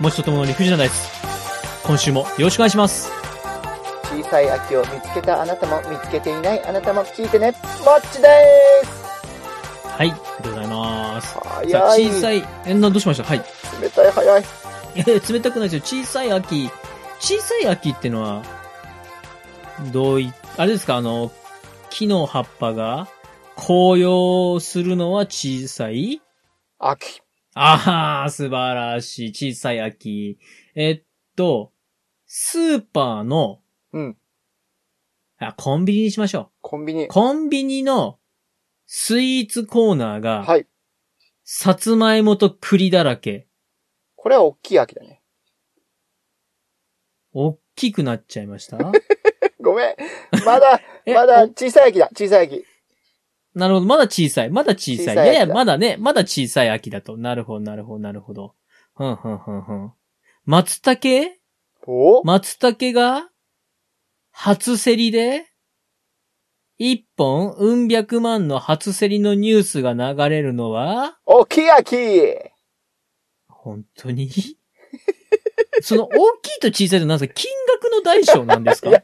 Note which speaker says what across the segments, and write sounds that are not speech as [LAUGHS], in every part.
Speaker 1: もちとともの理不尽なダイス。今週もよろしくお願いします。
Speaker 2: 小さい秋を見つけたあなたも見つけていないあなたも聞いてね。マッチでーす
Speaker 1: はい、ありがとうございます。さあ、
Speaker 2: 早い。
Speaker 1: 小さい、え、な、どうしましたはい。 [LAUGHS]
Speaker 2: 冷たい早い。
Speaker 1: いや、冷たくないですよ。小さい秋、小さい秋ってのは、どうい、あれですか、あの、木の葉っぱが紅葉するのは小さい
Speaker 2: 秋。
Speaker 1: ああ、素晴らしい。小さい秋。えっと、スーパーの、
Speaker 2: うん。
Speaker 1: あ、コンビニにしましょ
Speaker 2: コンビニ
Speaker 1: う。。コンビニのスイーツコーナーが、
Speaker 2: はい。
Speaker 1: さつまいもと栗だらけ。
Speaker 2: これは大きい秋だね。 [LAUGHS]
Speaker 1: おっきくなっちゃいました
Speaker 2: [LAUGHS] ごめん。まだ、
Speaker 1: [LAUGHS] え
Speaker 2: まだ小さい秋だ。小さい秋。
Speaker 1: なるほど。まだ小さい。まだ小さい。
Speaker 2: 小さい
Speaker 1: いやいや、
Speaker 2: 秋だ
Speaker 1: まだね、まだ小さい秋だと。なるほど、なるほど、なるほど。ふんふんふんふん。松茸
Speaker 2: お
Speaker 1: 松茸が、初競りで、一本、うん百万の初競りのニュースが流れるのは、
Speaker 2: 大きい秋
Speaker 1: 本当に [LAUGHS] その、大きいと小さいと何ですか金額の大小なんですか
Speaker 2: [LAUGHS] いや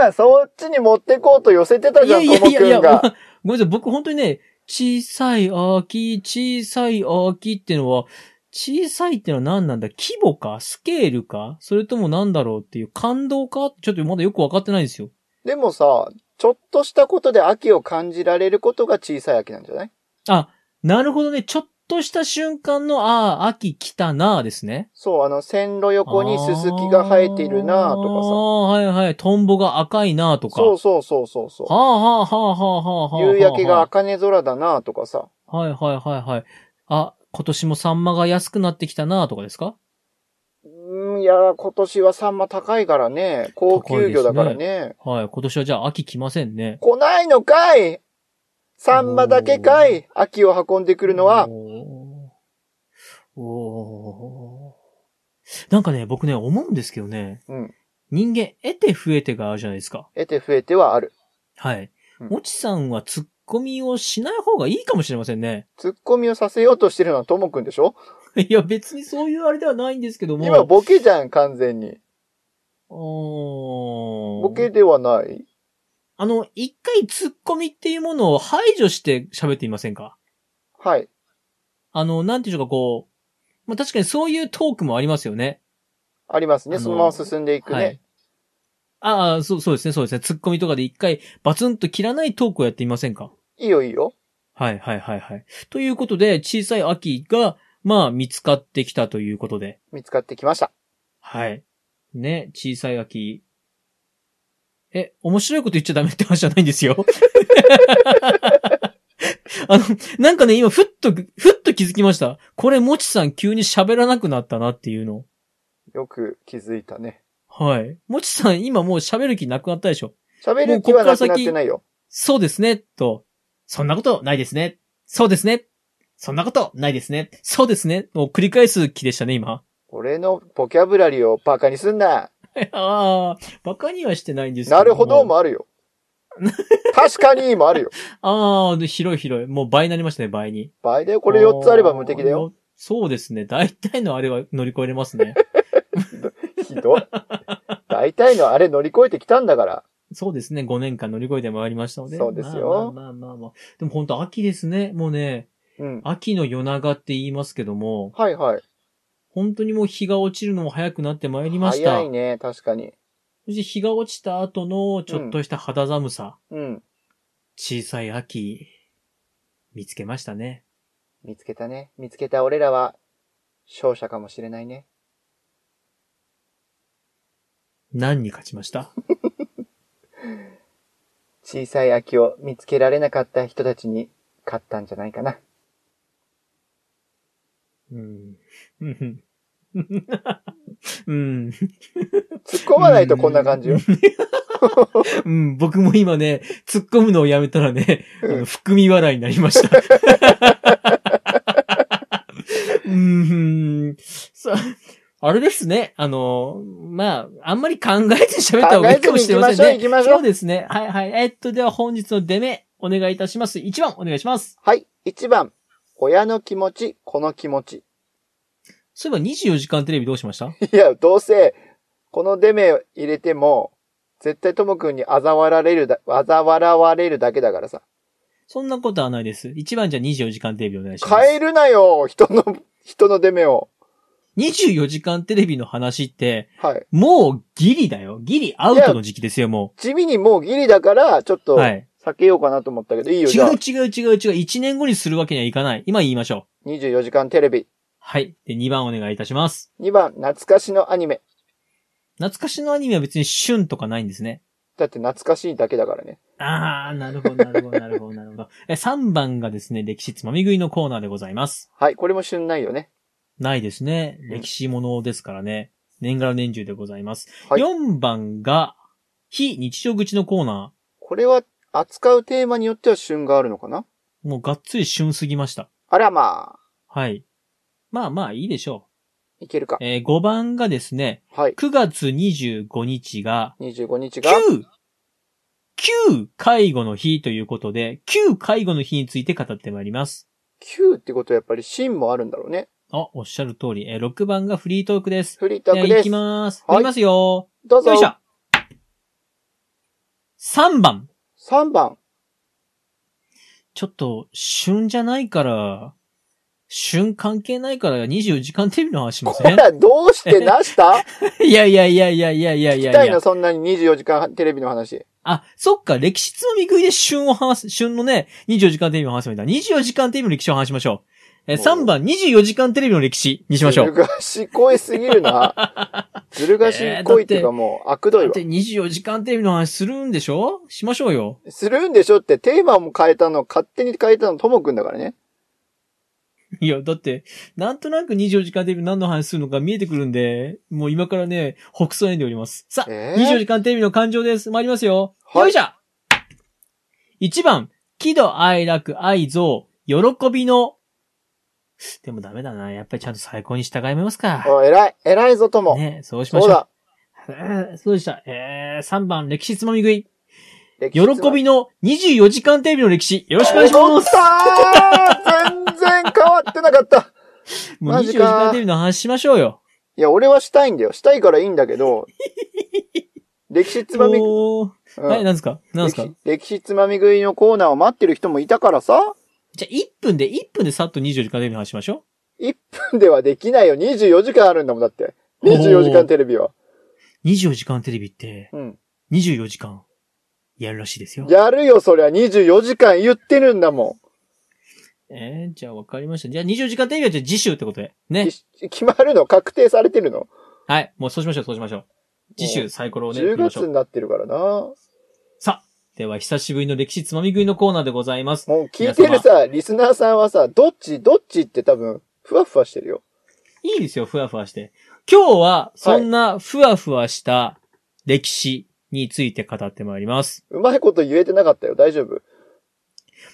Speaker 2: 今そっちに持ってこうと寄せてたじゃん、ともくん
Speaker 1: [LAUGHS] ご
Speaker 2: が。
Speaker 1: めんなさい、僕本当にね、小さい秋、小さい秋ってのは、小さいってのは何なんだ規模かスケールかそれとも何だろうっていう感動かちょっとまだよくわかってないですよ。
Speaker 2: でもさ、ちょっとしたことで秋を感じられることが小さい秋なんじゃない
Speaker 1: なるほどね。ちょっとした瞬間の、ああ、秋来たなあですね。
Speaker 2: そう、あの、線路横にススキが生えているな
Speaker 1: ああ
Speaker 2: と
Speaker 1: ー、はいはい。トンボが赤いなあと
Speaker 2: かさ。
Speaker 1: か。
Speaker 2: そうそうそうそうそう。
Speaker 1: はあはあはあはあはあはあ。
Speaker 2: 夕焼けが。茜空だなとかさ。
Speaker 1: はいはいはいはい。あ、今年もサンマが安くなってきたなあとかですか
Speaker 2: うーん、いや、今年はサンマ高いからね。高級魚だからね。
Speaker 1: はい。今年はじゃあ秋来ませんね。
Speaker 2: 来ないのかいサンマだけかい秋を運んでくるのは。
Speaker 1: おーおーなんかね、僕ね、思うんですけどね。
Speaker 2: うん
Speaker 1: 人間、得て増えてがあるじゃないですか。
Speaker 2: 得て増えてはある。
Speaker 1: はい。
Speaker 2: うん
Speaker 1: もちさんは突っ込みをしない方がいいかもしれませんね。
Speaker 2: 突っ込みをさせようとしてるのはともくんでしょ
Speaker 1: いや、別にそういうあれではないんですけども。
Speaker 2: 今ボケじゃん、完全に。
Speaker 1: おー
Speaker 2: ボケではない。
Speaker 1: あの、一回突っ込みっていうものを排除して喋っていませんか
Speaker 2: はい。
Speaker 1: あの、なんていうのかこう、まあ、確かにそういうトークもありますよね。
Speaker 2: あります
Speaker 1: あ
Speaker 2: ね。
Speaker 1: の
Speaker 2: そのまま進んでいくね。
Speaker 1: はい。ああ、そう、そうですね、そうですね。突っ込みとかで一回バツンと切らないトークをやってみませんか
Speaker 2: い、いよ、いいよ。
Speaker 1: はい、はい、はい、はい。ということで、小さい秋が、まあ、見つかってきたということで。
Speaker 2: 見つかってきました。
Speaker 1: はい。ね、小さい秋。え、面白いこと言っちゃダメって話じゃないんですよ。 [LAUGHS] あの、なんかね、今、ふっと、ふっと気づきました。これ、もちさん急に喋らなくなったなっていうの。
Speaker 2: よく気づいたね。
Speaker 1: はい。もちさん、今もう喋る気なくなったでしょ。
Speaker 2: 喋る気はなくなってないよ。
Speaker 1: そうですね、と。そんなことないですね。そうですね。そんなことないですね。そうですね。もう繰り返す気でしたね、今。 [LAUGHS]
Speaker 2: 俺のボキャブラリーをバカにすんな。
Speaker 1: ああ、バカにはしてないんですけど
Speaker 2: なるほどもあるよ。確かにもあるよ。
Speaker 1: ああ、で広い広い。もう倍になりましたね、倍に。
Speaker 2: 倍だよ。これ4つあれば無敵だよ。
Speaker 1: あー。そうですね。大体のあれは乗り越えれますね。 [LAUGHS]
Speaker 2: ひどい。大体のあれ乗り越えてきたんだから。
Speaker 1: そうですね。5年間乗り越えてまいりましたので。
Speaker 2: そうですよ
Speaker 1: まあまあまあまあまあ。でも本当秋ですね。もうね、
Speaker 2: うん。
Speaker 1: 秋の夜長って言いますけども、
Speaker 2: はいはい。
Speaker 1: 本当にもう日が落ちるのも早くなってまいりました。
Speaker 2: 早いね、確かに。
Speaker 1: そして日が落ちた後のちょっとした肌寒さ、
Speaker 2: うん。
Speaker 1: 小さい秋、見つけましたね。
Speaker 2: 見つけたね。見つけた俺らは、勝者かもしれないね。
Speaker 1: 何に勝ちました
Speaker 2: 小さい秋を見つけられなかった人たちに、勝ったんじゃないかな。
Speaker 1: うん。うん。 [LAUGHS] うん。
Speaker 2: 突っ込まないとこんな感じよ。
Speaker 1: うん、 [LAUGHS] 僕も今ね、突っ込むのをやめたらね、あ
Speaker 2: うん
Speaker 1: の含み笑いになりました。
Speaker 2: [LAUGHS]
Speaker 1: うん、さ、あれですね。あの、まあ、あんまり考えて喋った方
Speaker 2: 考
Speaker 1: がい
Speaker 2: え
Speaker 1: いか
Speaker 2: て
Speaker 1: も
Speaker 2: み
Speaker 1: し
Speaker 2: 行き
Speaker 1: れま
Speaker 2: ま
Speaker 1: せん
Speaker 2: しょう、行
Speaker 1: ね。
Speaker 2: きましょ
Speaker 1: そう
Speaker 2: う。
Speaker 1: ですね。はいはい。えっと、では本日の出目、お願いいたします。1番、お願いします。
Speaker 2: はい。1番。親の気持ち、子の気持ち。
Speaker 1: そういえば24時間テレビどうしました
Speaker 2: いや、どうせ、このデメ入れても、絶対ともくんに嘲笑われるだ、嘲笑われるだけだからさ。
Speaker 1: そんなことはないです。一番じゃあ24時間テレビお願いします。
Speaker 2: 変えるなよ人の、人のデメを。
Speaker 1: 24時間テレビの話って、
Speaker 2: はい。
Speaker 1: もうギリだよ。ギリアウトの時期ですよ、も
Speaker 2: 地味にもうギリだから、ちょっ
Speaker 1: う。
Speaker 2: と、
Speaker 1: はい。
Speaker 2: 避けようかなと思ったけど、いいよ、
Speaker 1: 違
Speaker 2: じゃあ
Speaker 1: う。違う違う違う。1年後にするわけにはいかない。今言いましょう。
Speaker 2: 24時間テレビ。
Speaker 1: はい。で、2番お願いいたします。
Speaker 2: 2番、懐かしのアニメ。
Speaker 1: 懐かしのアニメは別に旬とかないんですね。
Speaker 2: だって懐かしいだけだからね。
Speaker 1: あー、なるほど、なるほど、なるほど、なるほど。え、3番がですね、歴史つまみ食いのコーナーでございます。
Speaker 2: はい、これも旬ないよね。
Speaker 1: ないですね。
Speaker 2: うん
Speaker 1: 歴史ものですからね。年がら年中でございます。
Speaker 2: はい
Speaker 1: 4番が、非日常口のコーナ
Speaker 2: これは、扱うテーマによっては旬があるのかな
Speaker 1: ー。もうがっつり旬すぎました。
Speaker 2: あらまあ、
Speaker 1: はい。まあまあ、いいでしょ
Speaker 2: いけるか
Speaker 1: う。。えー5番がですね、
Speaker 2: はい。
Speaker 1: 9月25日が、
Speaker 2: 25日が、
Speaker 1: 旧、旧介護の日ということで、旧介護の日について語ってまいります。
Speaker 2: 9ってことはやっぱり芯もあるんだろうね。
Speaker 1: あ、おっしゃる通り。えー、6番がフリートークです。
Speaker 2: フリーターク
Speaker 1: えー
Speaker 2: で
Speaker 1: い
Speaker 2: す
Speaker 1: き。ます。
Speaker 2: はい
Speaker 1: い、きますよ。
Speaker 2: どうぞ
Speaker 1: よい。しょ。3番。
Speaker 2: 3番。
Speaker 1: ちょっと、旬じゃないから、旬関係ないから24時間テレビの話しま
Speaker 2: こ
Speaker 1: せん
Speaker 2: ら、 [LAUGHS] どうしてなした
Speaker 1: [LAUGHS] いやいやいやいやいやいやい
Speaker 2: 聞き
Speaker 1: や
Speaker 2: た
Speaker 1: い
Speaker 2: いな、
Speaker 1: や。
Speaker 2: そんなに24時間テレビの話。
Speaker 1: あ、そっか、歴史つまみ食いで旬を話す、旬のね、24時間テレビの話を見た。24時間テレビの歴史を話しましょう。えー、
Speaker 2: おー
Speaker 1: 3番、24時間テレビの歴史にしましょう
Speaker 2: ず。る賢いすぎ
Speaker 1: [LAUGHS]
Speaker 2: るな。ずる賢いっていうかもう、悪どい
Speaker 1: だっ
Speaker 2: わ
Speaker 1: て。24時間テレビの話するんでしょしましょうよ。
Speaker 2: するんでしょって、テーマも変えたの、勝手に変えたの、ともくんだからね。
Speaker 1: いや、だって、なんとなく24時間テレビ何の話するのか見えてくるんで、もう今からね、北斎でおります。さあ、
Speaker 2: えー
Speaker 1: 24時間テレビの感情です。参りますよ。
Speaker 2: はい
Speaker 1: よいしょ !1 番、喜怒哀楽愛憎、喜びの、でもダメだな。やっぱりちゃんと最高に従いますか。
Speaker 2: お、偉い、偉いぞ、とも。
Speaker 1: ね、そうしまし
Speaker 2: そ
Speaker 1: ょ
Speaker 2: うだ。
Speaker 1: う。えーそうでした。えー、3番、歴史つまみ食い。
Speaker 2: 歴
Speaker 1: 喜
Speaker 2: 史つま
Speaker 1: びの24時間テレビの歴史。よろしくお願いします。
Speaker 2: 戻ったー全然変わってなかった。
Speaker 1: もう
Speaker 2: マ
Speaker 1: 24
Speaker 2: ジ
Speaker 1: 時
Speaker 2: か
Speaker 1: 間テレビの話しましょうよ。
Speaker 2: いや、俺はしたいんだよ。したいからいいんだけど、歴史つまみ、うん
Speaker 1: おーはい、なんですかなんです
Speaker 2: 歴
Speaker 1: か
Speaker 2: 史歴史つまみ食いのコーナーを待ってる人もいたからさ、 [LAUGHS]
Speaker 1: じゃあ1分で、1分でさっと24時間テレビの話しましょ
Speaker 2: 1分ではできないよ。24時間あるんだもん、だって。24時間テレビは。
Speaker 1: う。24時間テレビって、
Speaker 2: うん。
Speaker 1: 24時間、やるらしいですよ。
Speaker 2: やるよ、そりゃ。24時間言ってるんだも
Speaker 1: えー、じゃあわかりました。じゃあ24時間テレビはじゃあ次週ってことで。
Speaker 2: ん。
Speaker 1: ね。
Speaker 2: い決まるの確定されてるの
Speaker 1: はい。もうそうしましょう、そうしましょう。次週サイコロをね、振
Speaker 2: ?10
Speaker 1: りましょ
Speaker 2: 月
Speaker 1: う。
Speaker 2: になってるからな。も
Speaker 1: さあ、では久しぶりの歴史つまみ食いのコーナーでございます。
Speaker 2: う聞いてるさ、リスナーさんはさ、どっち、どっちって多分、ふわふわしてるよ。
Speaker 1: いいですよ、ふわふわして。今日は、そんなふわふわした歴史について語ってまいります。
Speaker 2: うまいこと言えてなかったよ。大丈夫。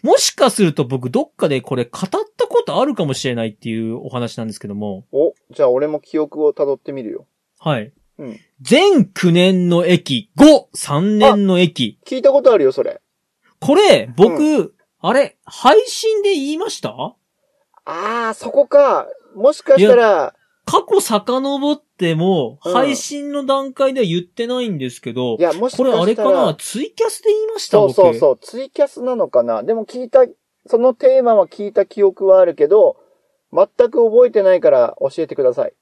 Speaker 1: もしかすると僕どっかでこれ語ったことあるかもしれないっていうお話なんですけども。
Speaker 2: お、じゃあ俺も記憶を辿ってみるよ。
Speaker 1: はい。
Speaker 2: うん
Speaker 1: 全9年の駅、5、3年の駅。
Speaker 2: 聞いたことあるよ、それ。
Speaker 1: これ、僕、あれ、配信で言いました
Speaker 2: あー、そこか。もしかしたら、
Speaker 1: 過去遡っても、
Speaker 2: うん
Speaker 1: 配信の段階では言ってないんですけど、
Speaker 2: いや、もしか
Speaker 1: こ
Speaker 2: した
Speaker 1: れ
Speaker 2: ら。
Speaker 1: あれかなツイキャスで言いました
Speaker 2: そうそう
Speaker 1: う。
Speaker 2: そう、ツイキャスなのかなでも聞いた、そのテーマは聞いた記憶はあるけど、全く覚えてないから教えてください。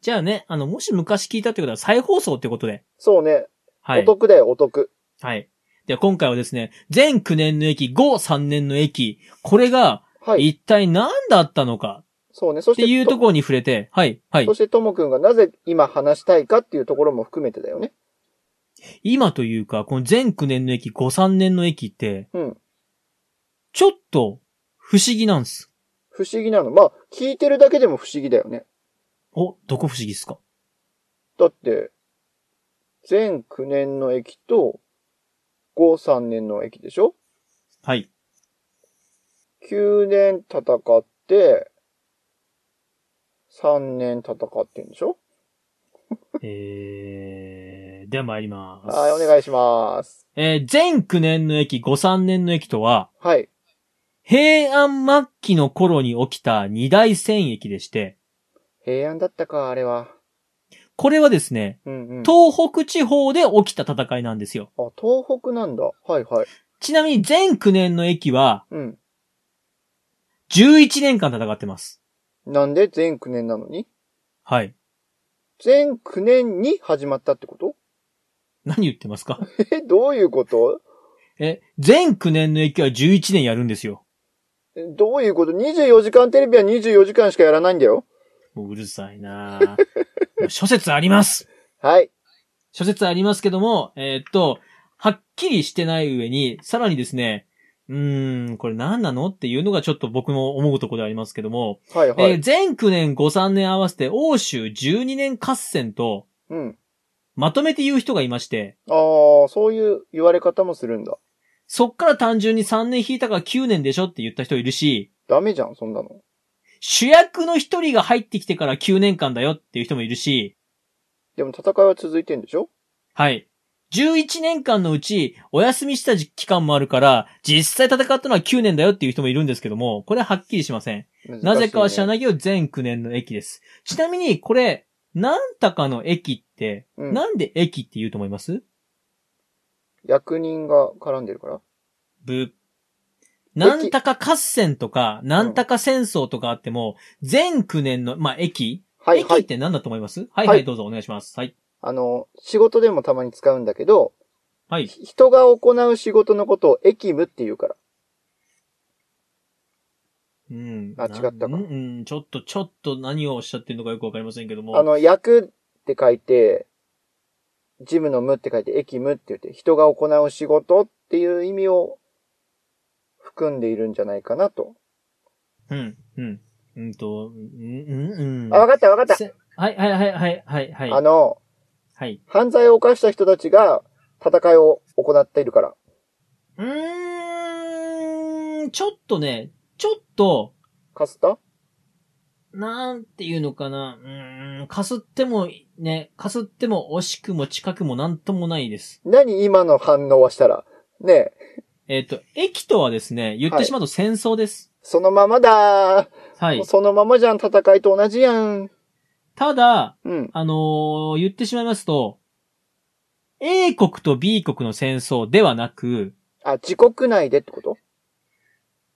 Speaker 1: じゃあね、あの、もし昔聞いたってことは再放送ってことで。
Speaker 2: そうね、
Speaker 1: はい
Speaker 2: お。得だよ、お得。
Speaker 1: はい。では今回はですね、全9年の駅、5、3年の駅、これが
Speaker 2: はい。
Speaker 1: 一体何だったのか
Speaker 2: そうね、そ
Speaker 1: っ
Speaker 2: してて、
Speaker 1: いうところに触れて、はい、はい
Speaker 2: そ。してともくんがなぜ今話したいかっていうところも含めてだよね。
Speaker 1: 今というか、この全9年の駅、5、3年の駅って、
Speaker 2: うん。
Speaker 1: ちょっと不思議なんです。
Speaker 2: 不思議なの。まあ、聞いてるだけでも不思議だよね。
Speaker 1: お、どこ不思議っすか
Speaker 2: だって、全9年の駅と、5、3年の駅でしょ
Speaker 1: はい。
Speaker 2: ?9 年戦って、3年戦ってんでしょ
Speaker 1: えー、では参ります。
Speaker 2: はい、お
Speaker 1: い。
Speaker 2: 願いします。
Speaker 1: えー、全9年の駅、5、3年の駅とは、
Speaker 2: はい。
Speaker 1: 平安末期の頃に起きた二大戦役でして、
Speaker 2: 平安だったか、あれは。
Speaker 1: これはですね、
Speaker 2: うんうん。
Speaker 1: 東北地方で起きた戦いなんですよ。
Speaker 2: あ、東北なんだ。はいはい。
Speaker 1: ちなみに全9年の駅は
Speaker 2: うん。
Speaker 1: 11年間戦ってます。
Speaker 2: なんで全9年なのに
Speaker 1: はい。
Speaker 2: 全9年に始まったってこと
Speaker 1: 何言ってますか
Speaker 2: え、どういうこと
Speaker 1: え、全9年の駅は11年やるんですよ。
Speaker 2: えどういうこと ?24 時間テレビは24時間しかやらないんだよ。
Speaker 1: もううるさい
Speaker 2: [LAUGHS]
Speaker 1: なぁもう諸説あります。
Speaker 2: はい。
Speaker 1: 諸説ありますけども、えーっと、はっきりしてない上に、さらにですね、うーん、これ何なのっていうのがちょっと僕も思うところでありますけども、
Speaker 2: はいはい。
Speaker 1: えー全9年5、3年合わせて、欧州12年合戦と、
Speaker 2: うん。
Speaker 1: まとめて言う人がいまして、
Speaker 2: ああ、そういう言われ方もするんだ。
Speaker 1: そっから単純に3年引いたから9年でしょって言った人いるし、
Speaker 2: ダメじゃん、そんなの。
Speaker 1: 主役の一人が入ってきてから9年間だよっていう人もいるし、
Speaker 2: でも戦いは続いてんでしょ。
Speaker 1: はい。11年間のうち、お休みした期間もあるから、実際戦ったのは9年だよっていう人もいるんですけども、これははっきりしません。なぜかは知らないいけど、全9年の駅です。ちなみに、これ、なんたかの駅って、
Speaker 2: うん
Speaker 1: なんで駅って言うと思います
Speaker 2: 役人が絡んでるから
Speaker 1: ぶ。なんたか合戦とか、なんたか戦争とかあっても、全9年の、まあ、駅、
Speaker 2: はいは
Speaker 1: 駅っ
Speaker 2: い。
Speaker 1: て何だと思いますはいはい、
Speaker 2: はい
Speaker 1: どうぞお願いします。はい。
Speaker 2: あの、仕事でもたまに使うんだけど、
Speaker 1: はい。
Speaker 2: ひ人が行う仕事のことを駅務って言うから。
Speaker 1: うん。
Speaker 2: あ違ったか
Speaker 1: なうん、うんちょっと、ちょっと何をおっしゃってるのかよくわかりませんけども。
Speaker 2: あの、役って書いて、ジムの無って書いて、駅無って言って、人が行う仕事っていう意味を含んでいるんじゃないかなと。
Speaker 1: うん、うん。うんと、うん、うん、うん。
Speaker 2: あ、わかったわかった。
Speaker 1: せはい、はい、はい、はい、はい、はい。
Speaker 2: あの、
Speaker 1: はい。
Speaker 2: 犯罪を犯した人たちが戦いを行っているから。
Speaker 1: うーん、ちょっとね、ちょっと、
Speaker 2: かすった
Speaker 1: なんていうのかな、うーん、かすっても、ね、かすっても惜しくも近くもなんともないです。
Speaker 2: 何今の反応はしたら。ねえ、
Speaker 1: えっ、と、駅とはですね、言ってしまうと戦争です。
Speaker 2: そのままだー、
Speaker 1: はい。
Speaker 2: そのままじゃん、戦いと同じやん。
Speaker 1: ただ、
Speaker 2: うん。
Speaker 1: あのー言ってしまいますと、A 国と B 国の戦争ではなく、
Speaker 2: あ、自国内でってこと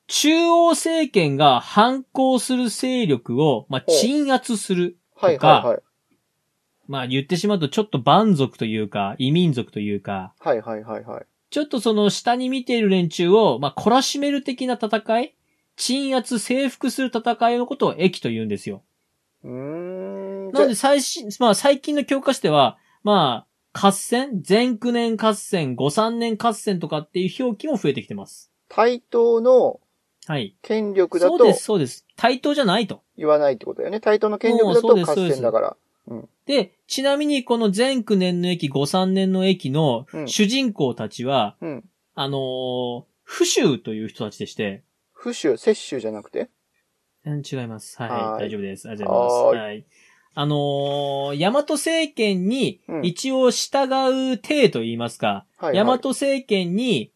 Speaker 1: 中央政権が反抗する勢力を、まあ、
Speaker 2: ほう
Speaker 1: 鎮圧する。
Speaker 2: はいはいはい。
Speaker 1: まあ、言ってしまうとちょっと蛮族というか、異民族というか、
Speaker 2: はいはいはいはい。
Speaker 1: ちょっとその下に見ている連中を、まあ、懲らしめる的な戦い鎮圧、征服する戦いのことを駅と言うんですよ。
Speaker 2: うーん。じ
Speaker 1: な
Speaker 2: ゃ
Speaker 1: ので最新、まあ、最近の教科書では、まあ、合戦全9年合戦、5、3年合戦とかっていう表記も増えてきてます。
Speaker 2: 対等の
Speaker 1: はい。
Speaker 2: 権力だ
Speaker 1: そう
Speaker 2: と
Speaker 1: です、そうです。対等じゃないと。
Speaker 2: 言わないってことだよね。対等の権力だ
Speaker 1: もうそう
Speaker 2: と
Speaker 1: です
Speaker 2: 合
Speaker 1: そうです
Speaker 2: 戦だから。
Speaker 1: で、ちなみにこの全9年の駅、5、3年の駅の
Speaker 2: うん
Speaker 1: 主人公たちは、
Speaker 2: うん。
Speaker 1: あのー、不州という人たちでして、
Speaker 2: 不州、摂州じゃなくて
Speaker 1: うん違います。はい、
Speaker 2: はーい
Speaker 1: 大丈夫です。ありがとうございます。はい。あのー、大和政権に
Speaker 2: うん
Speaker 1: 一応従う体と言いますか、
Speaker 2: はい、
Speaker 1: 大和
Speaker 2: はい。
Speaker 1: 政権に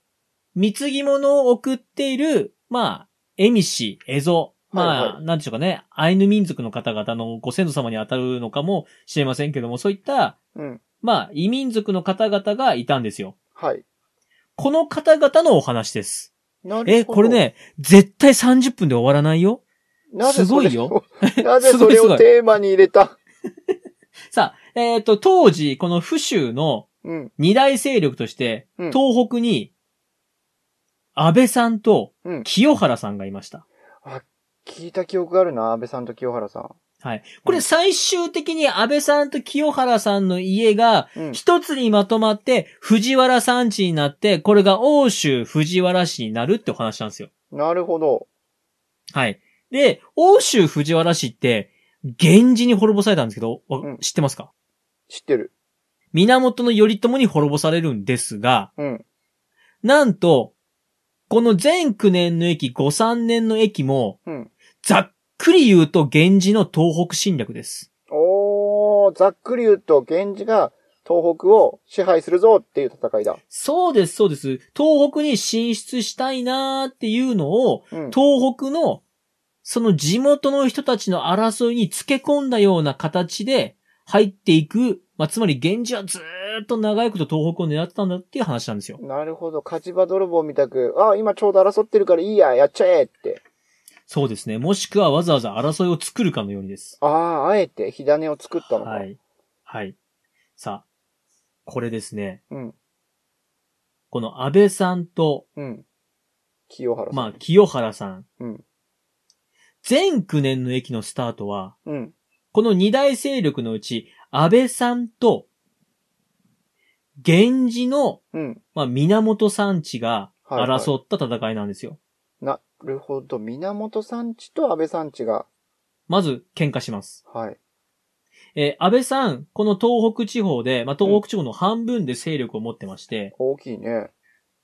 Speaker 1: 貢ぎ物を送っている、まあ、エミシ、エゾ、まあ、
Speaker 2: はいは
Speaker 1: なんでしょうかね、アイヌ民族の方々のご先祖様に当たるのかもしれませんけども、そういった、
Speaker 2: うん。
Speaker 1: まあ、異民族の方々がいたんですよ。
Speaker 2: はい。
Speaker 1: この方々のお話です。
Speaker 2: なるほど
Speaker 1: え、これ、ね、絶対30分で終わらないよ。
Speaker 2: なぜ
Speaker 1: すごい
Speaker 2: それを
Speaker 1: よ。
Speaker 2: [LAUGHS] なぜ
Speaker 1: す
Speaker 2: それ
Speaker 1: ごいすご
Speaker 2: を
Speaker 1: い
Speaker 2: テーマに入れた
Speaker 1: さあ、えっ、と、当時、この府州の
Speaker 2: うん。
Speaker 1: 二大勢力として、
Speaker 2: うん
Speaker 1: 東北に、安倍さんと
Speaker 2: うん
Speaker 1: 清原さんがいました。
Speaker 2: 聞いた記憶があるな、安倍さんと清原さん。
Speaker 1: はい。これ最終的に安倍さんと清原さんの家が
Speaker 2: うん。
Speaker 1: 一つにまとまって藤原山地になって、これが欧州藤原氏になるってお話なんですよ。
Speaker 2: なるほど。
Speaker 1: はい。で、欧州藤原氏って、源氏に滅ぼされたんですけど、わ
Speaker 2: うん
Speaker 1: 知ってますか
Speaker 2: 知ってる。
Speaker 1: 源頼朝に滅ぼされるんですが、
Speaker 2: うん。
Speaker 1: なんと、この全9年の駅、5、3年の駅も、
Speaker 2: うん。
Speaker 1: ざっくり言うと源氏の東北侵略です。
Speaker 2: おー、ざっくり言うと、源氏が東北を支配するぞっていう戦いだ。
Speaker 1: そうです、そうです。東北に進出したいなーっていうのを、
Speaker 2: うん。
Speaker 1: 東北のその地元の人たちの争いに付け込んだような形で入っていく、まあ、つまり源氏はずーっと長いこと東北を狙ってたんだっていう話なんですよ。
Speaker 2: なるほど。勝ち場泥棒みたく、あ、今ちょうど争ってるからいいや、やっちゃえって。
Speaker 1: そうですね。もしくはわざわざ争いを作るかのようにです。
Speaker 2: ああ、あえて火種を作ったのか。
Speaker 1: はい。はい。さあ、これですね。
Speaker 2: うん。
Speaker 1: この安倍さんと、
Speaker 2: うん。清原さん。
Speaker 1: まあ、清原さん。
Speaker 2: うん。
Speaker 1: 全9年の駅のスタートは、
Speaker 2: うん。
Speaker 1: この二大勢力のうち、安倍さんと、源氏の、
Speaker 2: うん。
Speaker 1: まあ、源産地が
Speaker 2: はいはい
Speaker 1: 争った戦いなんですよ。
Speaker 2: なるほど。源さんちと安倍さんちが、
Speaker 1: まず、喧嘩します。
Speaker 2: はい。
Speaker 1: えー安倍さん、この東北地方で、まあ、東北地方の半分で勢力を持ってまして、
Speaker 2: 大きいね。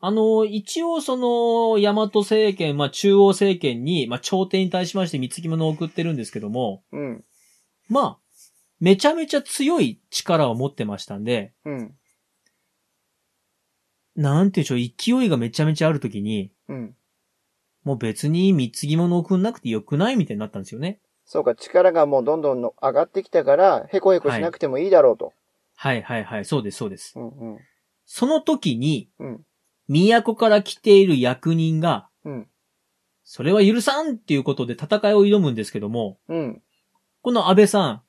Speaker 1: あのー一応その、大和政権、まあ、中央政権に、まあ、朝廷に対しまして貢ぎ物を送ってるんですけども、
Speaker 2: うん。
Speaker 1: まあ、めちゃめちゃ強い力を持ってましたんで、
Speaker 2: うん。
Speaker 1: なんていうんでしょう、勢いがめちゃめちゃあるときに、
Speaker 2: うん。
Speaker 1: もう別に貢ぎ物を送んなくてよくないみたいになったんですよね。
Speaker 2: そうか、力がもうどんどんの上がってきたから、へこへこしなくてもいいだろうと。
Speaker 1: はいはいはい、そうですそうです。
Speaker 2: うん
Speaker 1: その時に、
Speaker 2: うん。うん。
Speaker 1: 都から来ている役人が、
Speaker 2: うん。
Speaker 1: それは許さんっていうことで戦いを挑むんですけども、
Speaker 2: うん。
Speaker 1: この安倍さん、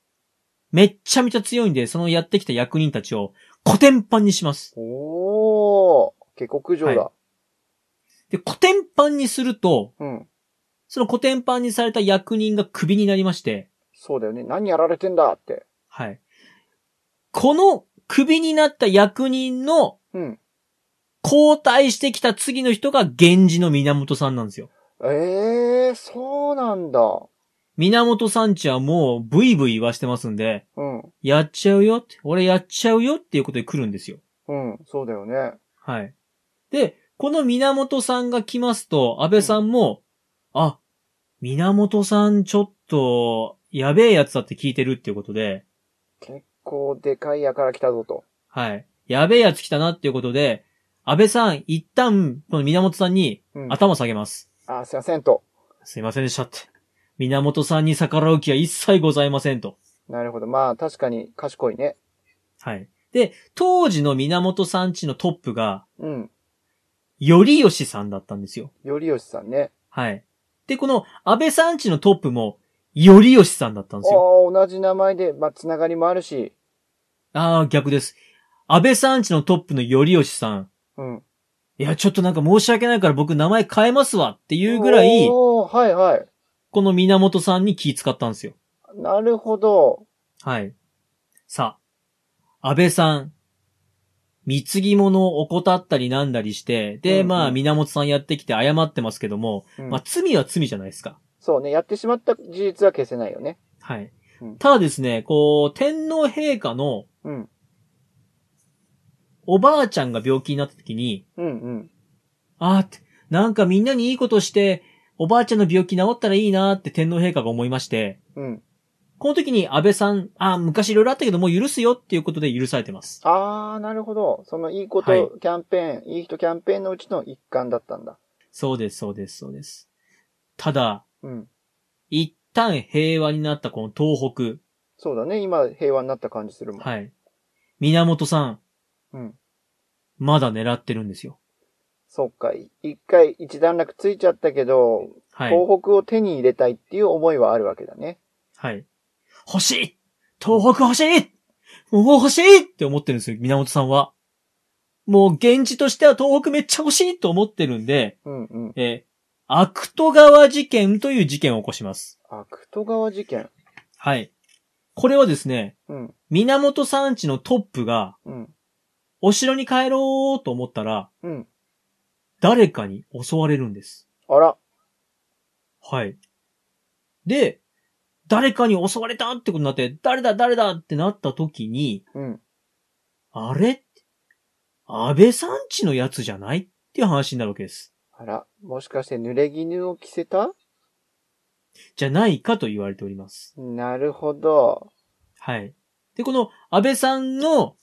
Speaker 1: めっちゃめちゃ強いんで、そのやってきた役人たちを、コテンパンにします。
Speaker 2: おー。下克上だ。
Speaker 1: はで、コテンパンにすると、
Speaker 2: うん。
Speaker 1: そのコテンパンにされた役人がクビになりまして、
Speaker 2: そうだよね。何やられてんだって。
Speaker 1: はい。このクビになった役人の
Speaker 2: うん。
Speaker 1: 交代してきた次の人が源氏の源さんなんですよ。
Speaker 2: ええー、そうなんだ。
Speaker 1: 源さんちはもうブイブイ言わしてますんで、
Speaker 2: うん。
Speaker 1: やっちゃうよって、俺やっちゃうよっていうことで来るんですよ。
Speaker 2: うん。そうだよね。
Speaker 1: はい。で、この源さんが来ますと、安倍さんも、あ、源さんちょっと、やべえやつだって聞いてるっていうことで、
Speaker 2: 結構でかいやから来たぞと。
Speaker 1: はい。やべえやつ来たなっていうことで、安倍さん、一旦、この源さんに
Speaker 2: うん。
Speaker 1: 頭下げます。
Speaker 2: あ、すいませんと。
Speaker 1: すいませんでしたって。源さんに逆らう気は一切ございませんと。
Speaker 2: なるほど。まあ、確かに賢いね。
Speaker 1: はい。で、当時の源さんちのトップが、
Speaker 2: うん。
Speaker 1: 頼義さんだったんですよ。
Speaker 2: よりよしさんね。
Speaker 1: はい。で、この安倍さんちのトップも、頼義さんだったんですよ。
Speaker 2: おー同じ名前で、まあ、つながりもあるし。
Speaker 1: ああ、逆です。安倍さんちのトップの頼義さん。
Speaker 2: うん。
Speaker 1: いや、ちょっとなんか申し訳ないから僕名前変えますわっていうぐらい、
Speaker 2: おーはいはい。
Speaker 1: この源さんに気使ったんですよ。
Speaker 2: なるほど。
Speaker 1: はい。さあ、安倍さん、貢ぎ物を怠ったりなんだりして、で、
Speaker 2: うんうん
Speaker 1: まあ、源さんやってきて謝ってますけども、
Speaker 2: うん
Speaker 1: まあ、罪は罪じゃないですか。
Speaker 2: そうね。やってしまった事実は消せないよね。
Speaker 1: はい
Speaker 2: うん。
Speaker 1: ただですね、こう、天皇陛下の
Speaker 2: うん。
Speaker 1: おばあちゃんが病気になった時に、
Speaker 2: うんうん。
Speaker 1: あーって、なんかみんなにいいことして、おばあちゃんの病気治ったらいいなーって天皇陛下が思いまして、
Speaker 2: うん。
Speaker 1: この時に安倍さん、あー昔いろいろあったけどもう許すよっていうことで許されてます。
Speaker 2: あー、なるほど。そのいいこ
Speaker 1: はい
Speaker 2: とキャンペーン、いい人キャンペーンのうちの一環だったんだ。
Speaker 1: そうです、そうです、そうです。ただ、
Speaker 2: うん。
Speaker 1: 一旦平和になったこの東
Speaker 2: そうだね。今、平和になった感じするもん。
Speaker 1: 北。はい。源さん、
Speaker 2: うん。
Speaker 1: まだ狙ってるんですよ。
Speaker 2: そっか。い一回、一段落ついちゃったけど、
Speaker 1: はい。
Speaker 2: 東北を手に入れたいっていう思いはあるわけだね。
Speaker 1: はい。欲しい東北欲しいもう欲しいって思ってるんですよ、源さんは。もう現地としては東北めっちゃ欲しいと思ってるんで、
Speaker 2: うんうん。
Speaker 1: えー、アクト川事件という事件を起こします。
Speaker 2: あ、クト川事件。
Speaker 1: はい。これはですね、
Speaker 2: うん、
Speaker 1: 源産地のトップが、
Speaker 2: うん、
Speaker 1: お城に帰ろうと思ったら、
Speaker 2: うん。
Speaker 1: 誰かに襲われるんです。
Speaker 2: あら、
Speaker 1: はい。で、誰かに襲われたってことになって、誰だ誰だってなった時に、
Speaker 2: うん。
Speaker 1: あれ安倍産地のやつじゃないっていう話になるわけです。
Speaker 2: あら、もしかして濡れ衣を着せた
Speaker 1: じゃないかと言われております。
Speaker 2: なるほど。
Speaker 1: はい。で、この安倍さんの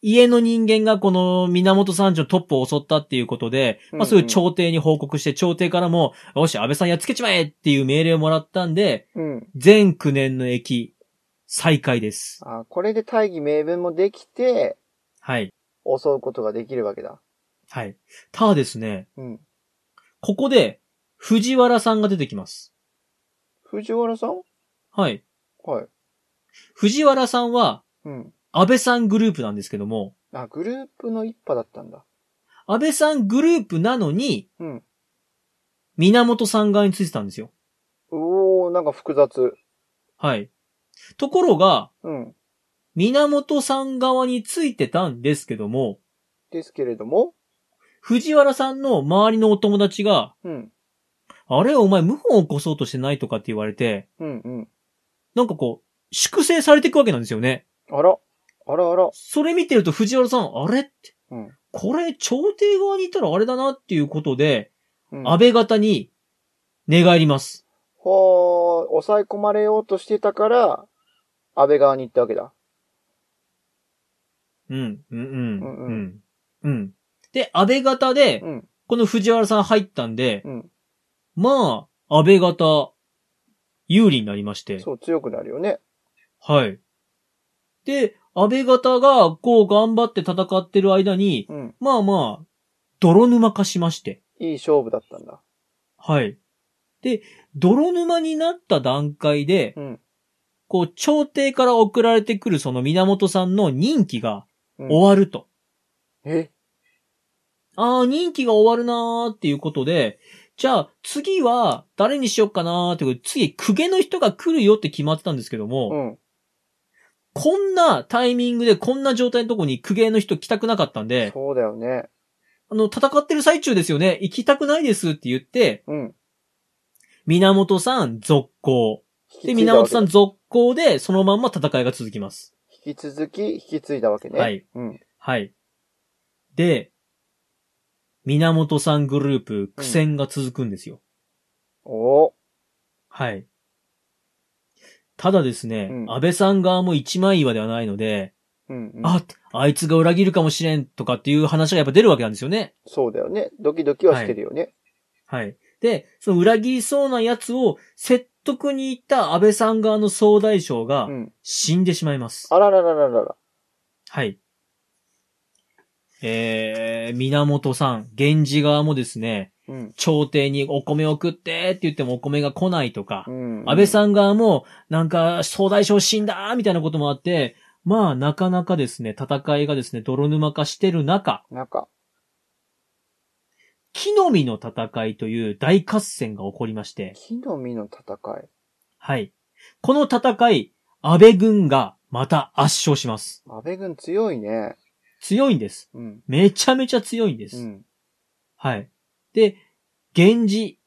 Speaker 1: 家の人間がこの源三条のトップを襲ったっていうことで、
Speaker 2: うんうん
Speaker 1: まあそういう朝廷に報告して、朝廷からも、よし、安倍さんやっつけちまえっていう命令をもらったんで、
Speaker 2: うん。
Speaker 1: 全9年の駅、再開です。
Speaker 2: あ、これで大義名分もできて、
Speaker 1: はい。
Speaker 2: 襲うことができるわけだ。
Speaker 1: はい。ただですね、
Speaker 2: うん。
Speaker 1: ここで、藤原さんが出てきます。
Speaker 2: 藤原さん
Speaker 1: はい。
Speaker 2: はい。
Speaker 1: 藤原さんは、
Speaker 2: うん。
Speaker 1: 安倍さんグループなんですけども、
Speaker 2: あ、グループの一派だったんだ。
Speaker 1: 安倍さんグループなのに、
Speaker 2: うん。
Speaker 1: 源さん側についてたんですよ。
Speaker 2: おー、なんか複雑。
Speaker 1: はい。ところが、
Speaker 2: うん。
Speaker 1: 源さん側についてたんですけども、
Speaker 2: ですけれども、
Speaker 1: 藤原さんの周りのお友達が、
Speaker 2: うん。
Speaker 1: あれお前謀反を起こそうとしてないとかって言われて、
Speaker 2: うんうん。
Speaker 1: なんかこう、粛清されていくわけなんですよね。
Speaker 2: あら。あらあら。
Speaker 1: それ見てると藤原さん、あれって、
Speaker 2: うん。
Speaker 1: これ朝廷側にいたらあれだなっていうことで、
Speaker 2: うん、
Speaker 1: 安倍方に寝返ります。
Speaker 2: ほー、抑え込まれようとしてたから、安倍側に行ったわけだ。
Speaker 1: うん、うん、うん、
Speaker 2: う
Speaker 1: うんん、
Speaker 2: う
Speaker 1: うんん。で、安倍方で
Speaker 2: う、ん。
Speaker 1: この藤原さん入ったんで、
Speaker 2: うん。
Speaker 1: まあ、安倍方、有利になりまして。
Speaker 2: そう、強くなるよね。
Speaker 1: はい。で、安倍方が、こう頑張って戦ってる間に、
Speaker 2: うん。
Speaker 1: まあまあ、泥沼化しまして。
Speaker 2: いい勝負だったんだ。
Speaker 1: はい。で、泥沼になった段階で
Speaker 2: う、ん。
Speaker 1: こう、朝廷から送られてくるその源さんの任期が
Speaker 2: うん
Speaker 1: 終わると。
Speaker 2: え
Speaker 1: ああ、任期が終わるなーっていうことで、じゃあ、次は誰にしよっかなーってことで、次、公家の人が来るよって決まってたんですけども、
Speaker 2: うん。
Speaker 1: こんなタイミングでこんな状態のとこに公家の人来たくなかったんで、
Speaker 2: そうだよね。
Speaker 1: あの、戦ってる最中ですよね。行きたくないですって言って、
Speaker 2: うん。
Speaker 1: 源さん続行。
Speaker 2: 引き継
Speaker 1: で、
Speaker 2: いだわ
Speaker 1: 源さん
Speaker 2: けだ
Speaker 1: 続行で、そのまんま戦いが続きます。
Speaker 2: 引き続き引き継いだわけね。
Speaker 1: はい。
Speaker 2: うん。
Speaker 1: はい。で、源さんグループ、苦戦が続くんですよ。
Speaker 2: おー
Speaker 1: はい。ただですね、
Speaker 2: うん
Speaker 1: 安倍さん側も一枚岩ではないので、
Speaker 2: うん、うん。
Speaker 1: あ、あいつが裏切るかもしれんとかっていう話がやっぱ出るわけなんですよね。
Speaker 2: そうだよね。ドキドキはしてるよね。
Speaker 1: はい。で、その裏切りそうな奴を説得に行った安倍さん側の総大将が
Speaker 2: うん。
Speaker 1: 死んでしまいます。
Speaker 2: あらららららら。
Speaker 1: はい。えー、源さん、源氏側もですね、
Speaker 2: うん。
Speaker 1: 朝廷にお米を食ってって言ってもお米が来ないとか
Speaker 2: う、ん。
Speaker 1: 安倍さん側もなんか総大将死んだーみたいなこともあって、まあなかなかですね、戦いがですね、泥沼化してる中、
Speaker 2: ん。なんか、
Speaker 1: 木の実の戦いという大合戦が起こりまして、
Speaker 2: 木の実の戦い。
Speaker 1: はい。この戦い、安倍軍がまた圧勝します。
Speaker 2: 安倍軍強いね。
Speaker 1: 強いんです。
Speaker 2: うん。
Speaker 1: めちゃめちゃ強いんで
Speaker 2: う
Speaker 1: す。
Speaker 2: ん。
Speaker 1: はい。で、源氏、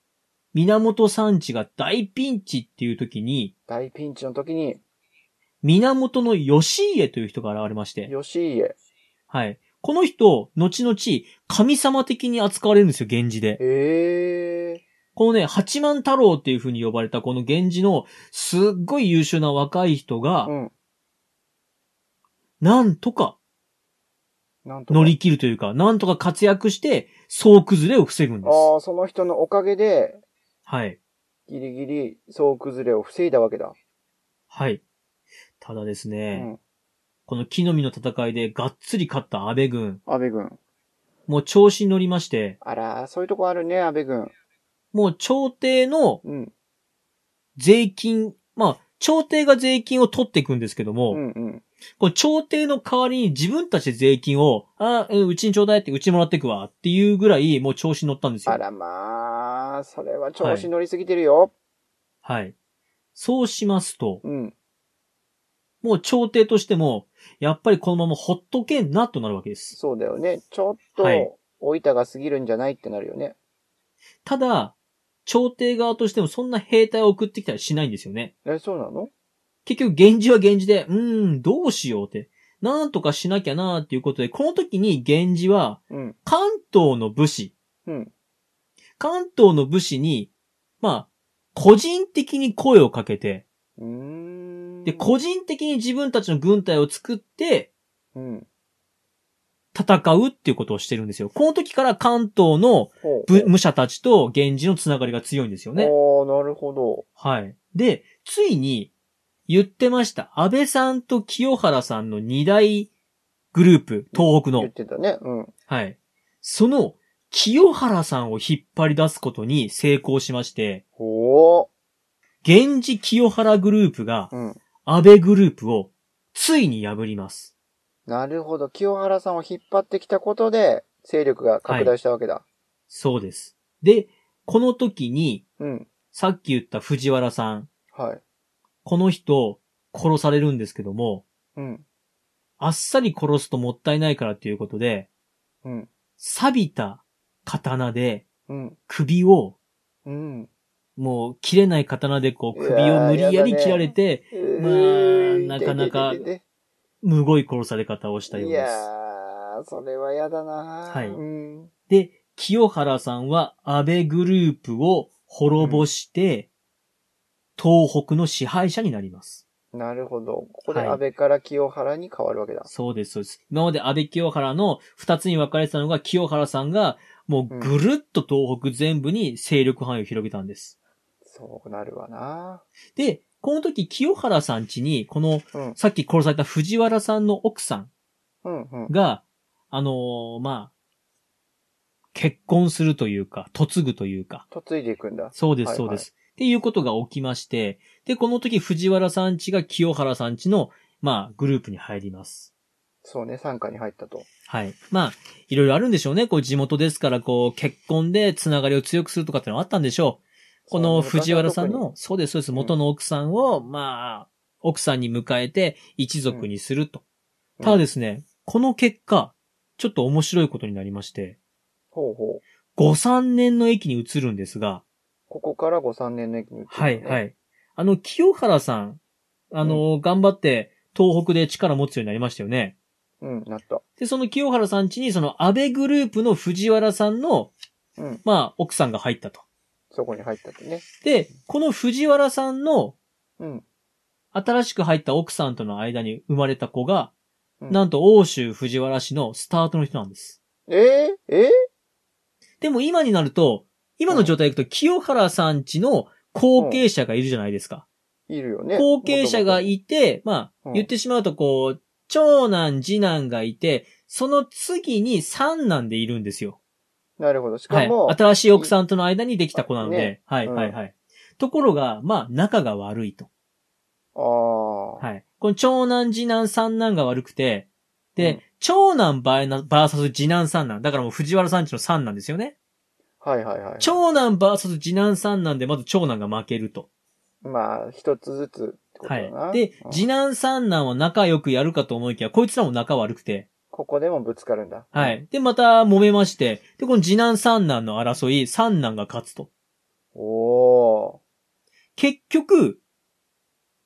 Speaker 1: 源三地が大ピンチっていう時に、
Speaker 2: 大ピンチの時に、
Speaker 1: 源の義家という人が現れまして、
Speaker 2: 吉家。
Speaker 1: はい。この人、後々、神様的に扱われるんですよ、源氏で。
Speaker 2: ええ
Speaker 1: このね、八幡太郎っていう風に呼ばれたこの源氏のすっごい優秀な若い人が
Speaker 2: う、ん。
Speaker 1: なんとか
Speaker 2: なんとか。
Speaker 1: 乗り切るというか、なんとか活躍して、総崩れを防ぐんです。
Speaker 2: ああ、その人のおかげで、
Speaker 1: はい。
Speaker 2: ギリギリ、総崩れを防いだわけだ。
Speaker 1: はい。ただです
Speaker 2: う
Speaker 1: ね、
Speaker 2: ん。
Speaker 1: この木の実の戦いでがっつり勝った安倍軍、
Speaker 2: 安倍軍。
Speaker 1: もう調子に乗りまして、
Speaker 2: あら、そういうとこあるね、安倍軍。
Speaker 1: もう朝廷の
Speaker 2: うん。
Speaker 1: 税金、まあ、朝廷が税金を取っていくんですけども、
Speaker 2: うんうん。
Speaker 1: この朝廷の代わりに自分たちで税金を、あうんうちにちょうだいって、うちにもらってくわっていうぐらい、もう調子に乗ったんです
Speaker 2: あ
Speaker 1: よ。
Speaker 2: らまあ、それは調子乗りすぎてるよ。
Speaker 1: はい。そうしますと、
Speaker 2: うん。
Speaker 1: もう朝廷としても、やっぱりこのままほっとけんなとなるわけです。
Speaker 2: そうだよね。ちょっ
Speaker 1: はい
Speaker 2: と、おいたが過ぎるんじゃないってなるよね。
Speaker 1: ただ、朝廷側としてもそんな兵隊を送ってきたりしないんですよね。
Speaker 2: え、そうなの
Speaker 1: 結局、源氏は源氏で、うーん、どうしようって。なんとかしなきゃなーっていうことで、この時に源氏は、
Speaker 2: うん。
Speaker 1: 関東の武士、
Speaker 2: うん。
Speaker 1: 関東の武士に、まあ、個人的に声をかけて、
Speaker 2: うーん。
Speaker 1: で、個人的に自分たちの軍隊を作って、
Speaker 2: うん。
Speaker 1: 戦うっていうことをしてるんですよ。この時から関東の
Speaker 2: ほう
Speaker 1: 武武者たちと源氏のつながりが強いんですよね。
Speaker 2: ほうああ、なるほど。
Speaker 1: はい。で、ついに言ってました。安倍さんと清原さんの二大グループ、東北
Speaker 2: 言
Speaker 1: の
Speaker 2: っ。てたね。うん。
Speaker 1: はい。その清原さんを引っ張り出すことに成功しまして、
Speaker 2: ほ
Speaker 1: 源氏清原グループが
Speaker 2: う。うん。
Speaker 1: 安倍グループをついに破ります。
Speaker 2: なるほど。清原さんを引っ張ってきたことで、勢力が拡大したわけだ。
Speaker 1: そうです。で、この時に、
Speaker 2: うん。
Speaker 1: さっき言った藤原さん、
Speaker 2: はい。
Speaker 1: この人、殺されるんですけども、
Speaker 2: うん。
Speaker 1: あっさり殺すともったいないからということで、
Speaker 2: うん。
Speaker 1: 錆びた刀で
Speaker 2: うん。
Speaker 1: 首を、
Speaker 2: うん。
Speaker 1: もう切れない刀でこう首を無理やり切られて、まあなかなか
Speaker 2: いててて
Speaker 1: むごい殺され方をした
Speaker 2: て
Speaker 1: よう
Speaker 2: い
Speaker 1: で
Speaker 2: や
Speaker 1: す。
Speaker 2: ー、それは嫌だな
Speaker 1: はい
Speaker 2: うん。
Speaker 1: で、清原さんは安倍グループを滅ぼして、東北の支配者になります。
Speaker 2: なるほど。ここで
Speaker 1: はい
Speaker 2: 安倍から清原に変わるわけだ。
Speaker 1: そうです、そうです。今まで安倍清原の二つに分かれてたのが、清原さんが、もうぐるっと東北全部に勢力範囲を広げたんです。
Speaker 2: そうなるわな
Speaker 1: で、この時、清原さん家に、この、
Speaker 2: うん。
Speaker 1: さっき殺された藤原さんの奥さん
Speaker 2: うん。うん。
Speaker 1: が、あのーまあ、結婚するというか、嫁ぐというか、
Speaker 2: 嫁いでいくんだ。
Speaker 1: そうです、
Speaker 2: はい
Speaker 1: そ
Speaker 2: はいう
Speaker 1: です。っていうことが起きまして、で、この時、藤原さん家が清原さん家の、まあ、グループに入ります。
Speaker 2: そうね、参加に入ったと。
Speaker 1: はい。まあ、いろいろあるんでしょうね。こう、地元ですから、こう、結婚でつながりを強くするとかってのはあったんでしょう。この
Speaker 2: そうね
Speaker 1: 藤原さん
Speaker 2: 昔は
Speaker 1: の、そうです、そうです、
Speaker 2: ん
Speaker 1: 元の奥さんを、まあ、奥さんに迎えて一族にすると。
Speaker 2: 特に
Speaker 1: ただ
Speaker 2: うん
Speaker 1: ですね、この結果、ちょっと面白いことになりまして、
Speaker 2: ほうほう。
Speaker 1: 5、3年の駅に移るんですが、
Speaker 2: ここから5、3年の駅に移る、。
Speaker 1: はい、はいい。あの、清原さん、あの、頑張って東北で力持つようになりましたよね。
Speaker 2: うん、なった。
Speaker 1: で、その清原さん家に、その安倍グループの藤原さんの、
Speaker 2: うん
Speaker 1: まあ、奥さんが入ったと。
Speaker 2: そこに入ったってね。
Speaker 1: で、この藤原さんの、
Speaker 2: うん。
Speaker 1: 新しく入った奥さんとの間に生まれた子が、
Speaker 2: うん
Speaker 1: なんと欧州藤原氏のスタートの人なんです。
Speaker 2: えー、え
Speaker 1: でも今になると、今の状態でいくと、清原さん家の後継者がいるじゃないですか。
Speaker 2: ーいるよね。
Speaker 1: 後継者が
Speaker 2: い
Speaker 1: いて、まあ、
Speaker 2: うん
Speaker 1: 言ってしまうとこう、長男、次男がいて、その次に三男でいるんですよ。
Speaker 2: なるほど。しかも、
Speaker 1: はい。新しい奥さんとの間にできた子なので、
Speaker 2: ね
Speaker 1: はい、
Speaker 2: うん
Speaker 1: はい、はい。ところが、まあ、仲が悪いと。
Speaker 2: ああ、
Speaker 1: はい。この長男、次男、三男が悪くて、で、
Speaker 2: うん
Speaker 1: 長男バイナバーサス次男三男。だからもう藤原さんちの三男ですよね。
Speaker 2: はいはいはい。
Speaker 1: 長男バーサス次男三男で、まず長男が負けると。
Speaker 2: まあ、一つずつってこと
Speaker 1: は
Speaker 2: だ
Speaker 1: い
Speaker 2: な。。
Speaker 1: で
Speaker 2: う、ん
Speaker 1: 次男三男は仲良くやるかと思いきや、こいつらも仲悪くて。
Speaker 2: ここでもぶつかるんだ。
Speaker 1: は。い。で、また揉めまして、で、この次男三男の争い、三男が勝つと。
Speaker 2: おー。
Speaker 1: 結局、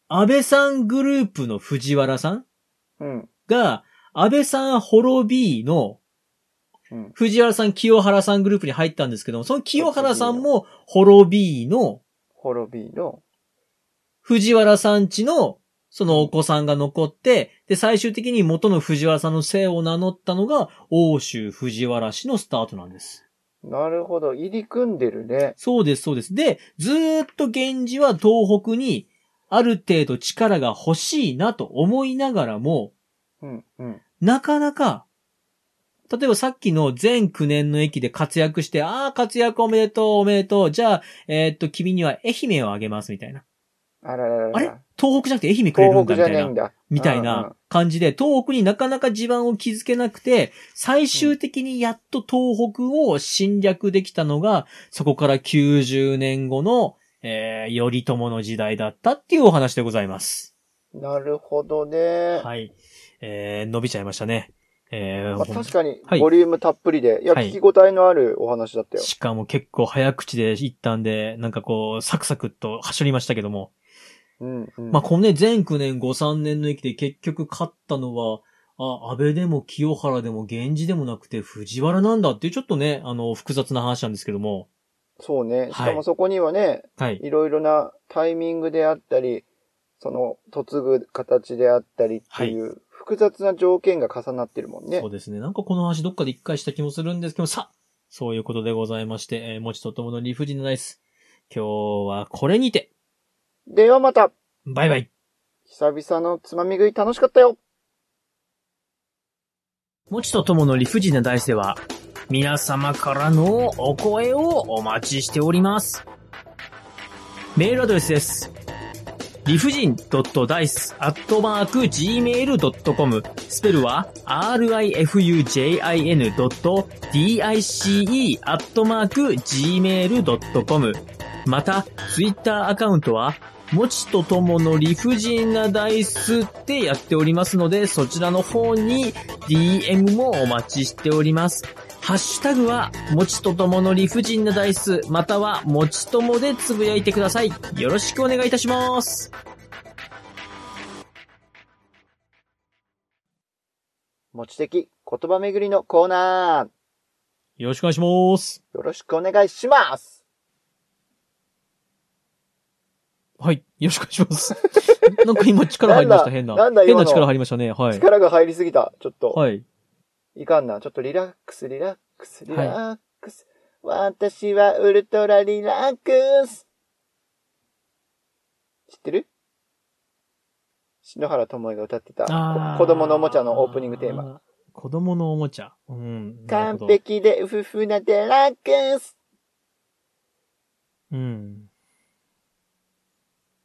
Speaker 1: 安倍さんグループの藤原さん
Speaker 2: うん。
Speaker 1: が、安倍さん滅びの
Speaker 2: うん。
Speaker 1: 藤原さん清原さんグループに入ったんですけども、その清原さんも滅びの
Speaker 2: 滅びの、
Speaker 1: 藤原さんちのそのお子さんが残って、で、最終的に元の藤原さんの姓を名乗ったのが、欧州藤原氏のスタートなんです。
Speaker 2: なるほど。入り組んでるね。
Speaker 1: そうです、そうです。で、ずーっと源氏は東北にある程度力が欲しいなと思いながらも、
Speaker 2: うん。うん。
Speaker 1: なかなか、例えばさっきの全9年の駅で活躍して、ああ、活躍おめでとう、おめでとう、じゃあ、えーっと、君には愛媛をあげます、みたいな。
Speaker 2: あらららら。
Speaker 1: あれ東北じゃなくて愛媛くれる
Speaker 2: 東
Speaker 1: んだ、み
Speaker 2: 北じ
Speaker 1: た
Speaker 2: ゃ
Speaker 1: い
Speaker 2: ねえ。
Speaker 1: なん
Speaker 2: だ。
Speaker 1: みたい
Speaker 2: うんうん
Speaker 1: な感じで、東北になかなか地盤を築けなくて、最終的にやっと東北を侵略できたのが、そこから90年後の、えー、頼朝の時代だったっていうお話でございます。
Speaker 2: なるほどね。
Speaker 1: はい。えー、伸びちゃいましたね。えー、
Speaker 2: まあ、
Speaker 1: ほん
Speaker 2: 確かに
Speaker 1: は、い
Speaker 2: ボリュームたっぷりで、いや、
Speaker 1: はい
Speaker 2: 聞き応えのあるお話だったよ。
Speaker 1: しかも結構早口で行ったんで、なんかこう、サクサクっと走りましたけども。
Speaker 2: うん、うん。
Speaker 1: まあ、このね、全9年5、3年の駅で結局勝ったのは、あ、安倍でも清原でも源氏でもなくて藤原なんだっていうちょっとね、あの、複雑な話なんですけども。
Speaker 2: そうね。しか
Speaker 1: は
Speaker 2: も
Speaker 1: い
Speaker 2: そこにはね、
Speaker 1: はい。
Speaker 2: いろいろなタイミングであったり、その、嫁ぐ形であったりっていう複雑な条件が重なってるもんね
Speaker 1: そう。ですね。なんかこの話どっかで一回した気もするんですけど、さそういうことでございまして、えー、もちとともの理不尽なダイス。今日はこれにて、
Speaker 2: ではまた、
Speaker 1: バイバイ
Speaker 2: 久々のつまみ食い楽しかったよ
Speaker 1: もちとともの理不尽な大世は、皆様からのお声をお待ちしております。メールアドレスです。理不尽 d i c e g m a i l c o m スペルは rifujin. d i c e g m a i l c o m また、ツイッターアカウントは、もちとともの理不尽なダイスってやっておりますので、そちらの方に DM もお待ちしております。ハッシュタグは、もちとともの理不尽なダイス、または、もちともでつぶやいてください。よろしくお願いいたします。
Speaker 2: 持ち的言葉巡りのコーナ
Speaker 1: よろしくお願いします。
Speaker 2: ーよろしくお願いします
Speaker 1: はい。よろしくお願いします。 [LAUGHS] なんか今力入りました、変な。
Speaker 2: なんだ
Speaker 1: 変
Speaker 2: 今の
Speaker 1: な力入りましたね。はい。
Speaker 2: 力が入りすぎた。ちょっと。
Speaker 1: はい。
Speaker 2: いかんな。ちょっとリラックス、リラックス、リラックス。私はウルトラリラックス。知ってる篠原ともえが歌ってた
Speaker 1: あー
Speaker 2: こ子供のおもちゃのオープニングテーマ。。
Speaker 1: 子供のおもちゃ。うん。なるほ
Speaker 2: 完
Speaker 1: ど。
Speaker 2: 璧でウフフなデラックス。
Speaker 1: うん。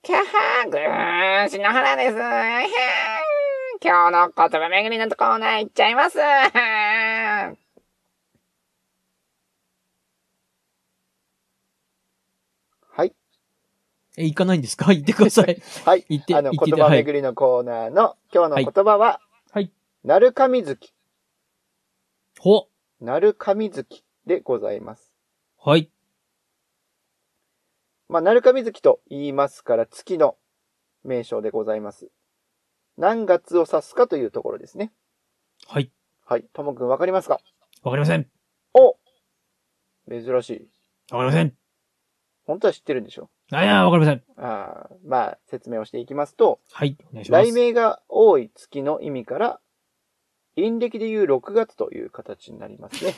Speaker 3: キャハーグー、篠原です。ひゃー今日の言葉巡りのとこナー行っちゃいます。
Speaker 2: はい。
Speaker 1: え、行かないんですか行 [LAUGHS] ってください。
Speaker 2: はい。
Speaker 1: 言って
Speaker 2: あの、
Speaker 1: 言って
Speaker 2: 言葉巡りのコーナーの今日の言葉は、
Speaker 1: はい。
Speaker 2: なるかみずき、
Speaker 1: ほ
Speaker 2: なるかみずきでございます。
Speaker 1: はい。
Speaker 2: まあ、なるかみずきと言いますから、月の名称でございます。何月を指すかというところですね。
Speaker 1: はい。
Speaker 2: はい。ともくんわかりますか
Speaker 1: わかりません。
Speaker 2: お珍しい。
Speaker 1: わかりません。
Speaker 2: 本当は知ってるんでしょ
Speaker 1: あいや、わかりません。
Speaker 2: ああ、まあ、説明をしていきますと、
Speaker 1: はい。お願いします。
Speaker 2: 雷鳴が多い月の意味から、陰暦でいう6月という形になりますね。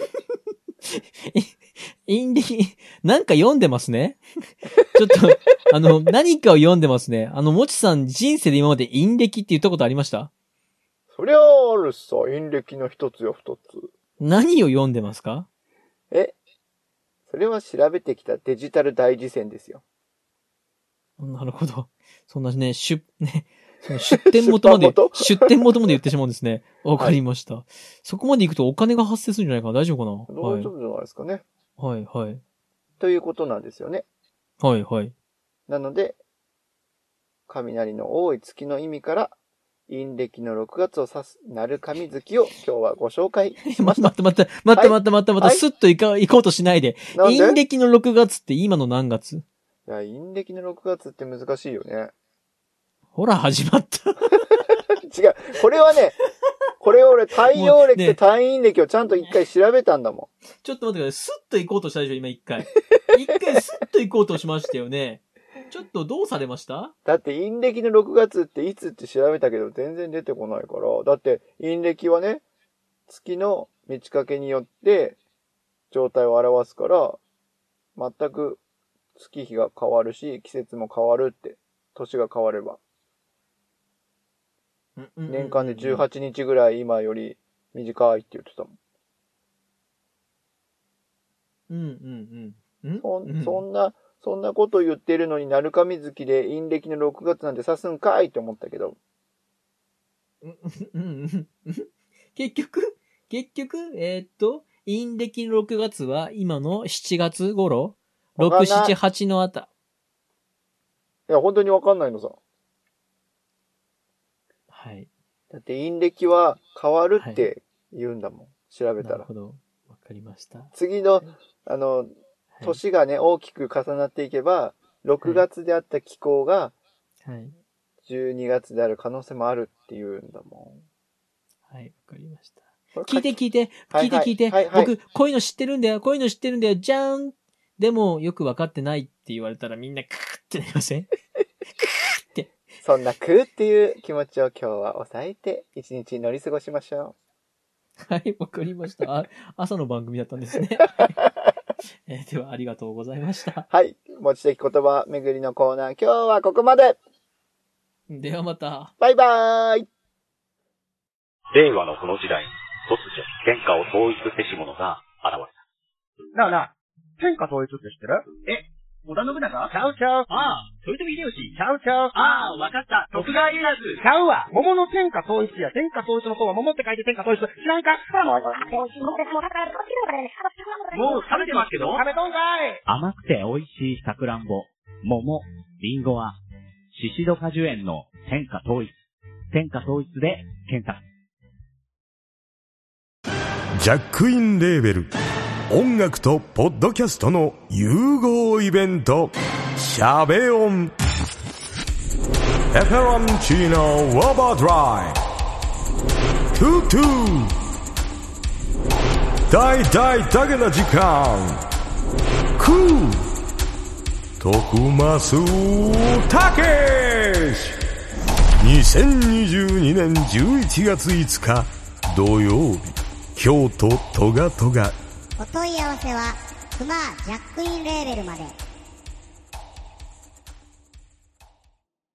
Speaker 1: インディ、 [LAUGHS] なんか読んでますね。 [LAUGHS] ちょっと、あの、何かを読んでますね。あの、もちさん、人生で今まで陰暦って言ったことありました
Speaker 2: そりゃあるさ、陰暦の一つよ二つ。
Speaker 1: 何を読んでますか
Speaker 2: えそれは調べてきたデジタル大事戦ですよ。
Speaker 1: なるほど。そんなね、出、ね、その出店元まで
Speaker 2: [LAUGHS] 出版、元
Speaker 1: 出店元まで言ってしまうんですね。わかりました。そこまで行くとお金が発生するんじゃないかな大丈夫かな
Speaker 2: どう
Speaker 1: はい
Speaker 2: いうこ。とじゃないですかね。
Speaker 1: はい、はい。
Speaker 2: ということなんですよね。
Speaker 1: はい、
Speaker 2: [LAUGHS]
Speaker 1: はい。
Speaker 2: なので、雷の多い月の意味から、陰暦の6月を指す、なる神月を今日はご紹介しま
Speaker 1: 待
Speaker 2: し。
Speaker 1: ったて待って待って待って待って待っ
Speaker 2: は
Speaker 1: て、
Speaker 2: い
Speaker 1: スッと行か、行こうとしないで。
Speaker 2: なんで
Speaker 1: 陰暦の6月って今の何月
Speaker 2: いや、陰暦の6月って難しいよね。 [LAUGHS]
Speaker 1: ほら、始まった。
Speaker 2: 違う。これ
Speaker 1: [LAUGHS]
Speaker 2: はね、これを俺、太陽
Speaker 1: もう
Speaker 2: 暦
Speaker 1: ね
Speaker 2: と太陰暦をちゃんと一回調べたんだも
Speaker 1: ちょっと待ってください。スッと行こうとしたでしょ、今一
Speaker 2: [LAUGHS]
Speaker 1: 回。一回スッと行こうとしましたよね。ちょっとどうされました
Speaker 2: ん。だって、陰暦の6月っていつって調べたけど、全然出てこないから。だって、陰暦はね、月の満ち欠けによって、状態を表すから、全く月日が変わるし、季節も変わるって、年が変われば。年間で18日ぐらい今より短いって言ってたもん。
Speaker 1: うんうんうん。ん
Speaker 2: そ
Speaker 1: うん
Speaker 2: んそんな、そんなこと言ってるのに、なるかみずきで陰暦の6月なんて指すんかいって思ったけど、
Speaker 1: うんうんうん結局、結局、えーっと、陰暦の6月は今の7月頃
Speaker 2: わかんない
Speaker 1: ?6、7、8のあた。
Speaker 2: いや、本当にわかんないのさ。
Speaker 1: はい。
Speaker 2: だって陰暦は変わるって言うんだもん。調べ
Speaker 1: な
Speaker 2: た
Speaker 1: る
Speaker 2: ら。
Speaker 1: ほど。わかりました。はい
Speaker 2: 次の、あの、年がね、大きく重なっていけば、6月であった気候が
Speaker 1: はい。
Speaker 2: 12月である可能性もあるって言うんだも
Speaker 1: はい、わかりました。
Speaker 2: ん。
Speaker 1: 聞いて聞いて、
Speaker 2: は
Speaker 1: 聞
Speaker 2: い
Speaker 1: いて
Speaker 2: はい
Speaker 1: 聞いて
Speaker 2: はい、はい
Speaker 1: 僕、こういうの知ってるんだよ、こういうの知ってるんだよ、じゃーん。でも、よくわかってないって言われたらみんなクーってなりませんクーって。
Speaker 2: そんな食うっていう気持ちを今日は抑えて、一日乗り過ごしましょ
Speaker 1: [LAUGHS] はい、わかりました。あ朝の番組だったんですね。 [LAUGHS] えーでは、ありがとうございました。
Speaker 2: う。はい。持ち的言葉巡りのコーナー、今日はここまで
Speaker 1: ではまた。
Speaker 2: バイバーイ
Speaker 4: 令和のこの時代、突如、天下を統一せし者が現れた。
Speaker 5: なあなあ、天下統一って知ってる
Speaker 4: 織田信長
Speaker 5: ちゃうちゃう。
Speaker 4: ああ、豊臣秀吉。
Speaker 5: ちゃうちゃう。
Speaker 4: ああ、わかった。徳川家康。
Speaker 5: ちゃうわ。桃の天下統一や。天下統一の方は桃って書いて天下統一。知らんか
Speaker 4: もう食べてますけど
Speaker 5: 食べとんかい
Speaker 4: 甘くて美味しいさくらんぼ、桃、りんごは、シシド果樹園の天下統一。天下統一で検索。
Speaker 6: ジャックインレーベル音楽とポッドキャストの融合イベント「シャベオン」「エフェロンチーノウォーバードライ」「トゥトゥ」「大大だけな時間」「クー」「徳マスたけし」2022年11月5日土曜日京都トガトガ
Speaker 7: お問い合わせはクマージャックインレーベルまで。